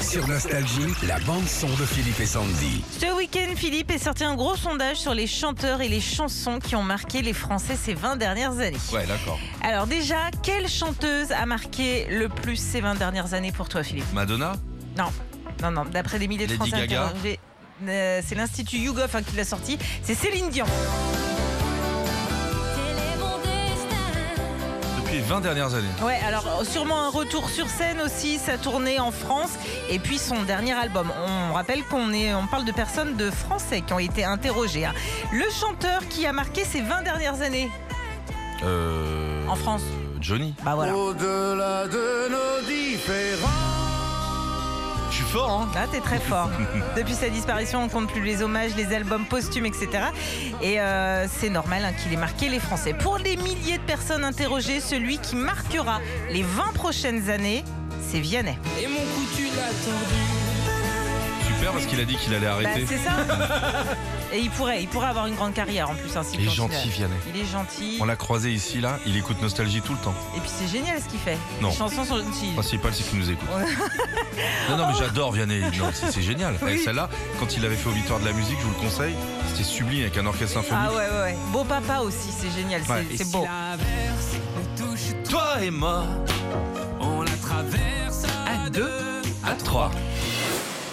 Sur Nostalgie, la bande-son de Philippe et Sandy. Ce week-end, Philippe est sorti un gros sondage sur les chanteurs et les chansons qui ont marqué les Français ces 20 dernières années. Ouais, d'accord. Alors déjà, quelle chanteuse a marqué le plus ces 20 dernières années pour toi, Philippe Madonna Non, non, non. D'après des milliers de Lady Français Gaga interrogés, euh, c'est l'Institut YouGov hein, qui l'a sorti. C'est Céline Dion. Tel est mon destin. Depuis les 20 dernières années. Ouais, alors euh, sûrement un retour sur scène aussi, sa tournée en France et puis son dernier album. On rappelle qu'on est, on parle de personnes de Français qui ont été interrogées. hein. Le chanteur qui a marqué ces 20 dernières années. Euh, En France. euh, Johnny. Bah voilà. Au-delà de nos différences. Je suis fort, hein Ah, t'es très fort. Depuis sa disparition, on compte plus les hommages, les albums posthumes, etc. Et euh, c'est normal hein, qu'il ait marqué les Français. Pour les milliers de personnes interrogées, celui qui marquera les 20 prochaines années, c'est Vianney. Bah, Et mon coup tu l'as tordu Super, parce qu'il a dit qu'il allait Bah, arrêter. c'est ça. Et il pourrait, il pourrait avoir une grande carrière en plus. hein, s'il il est continue. gentil, Vianney. Il est gentil. On l'a croisé ici, là. Il écoute Nostalgie tout le temps. Et puis c'est génial ce qu'il fait. Non. Les chansons sont Le principal, c'est qu'il nous écoute. non, non, mais j'adore Vianney. Non, c'est c'est génial. Oui. Et Celle-là, quand il l'avait fait au Victoire de la musique, je vous le conseille, c'était sublime avec un orchestre symphonique. Ah ouais, ouais, ouais. Beau papa aussi, c'est génial. c'est- Ouais. Et C'est si beau. L'inverse nous touche Toi et moi, On la traverse à, deux à trois.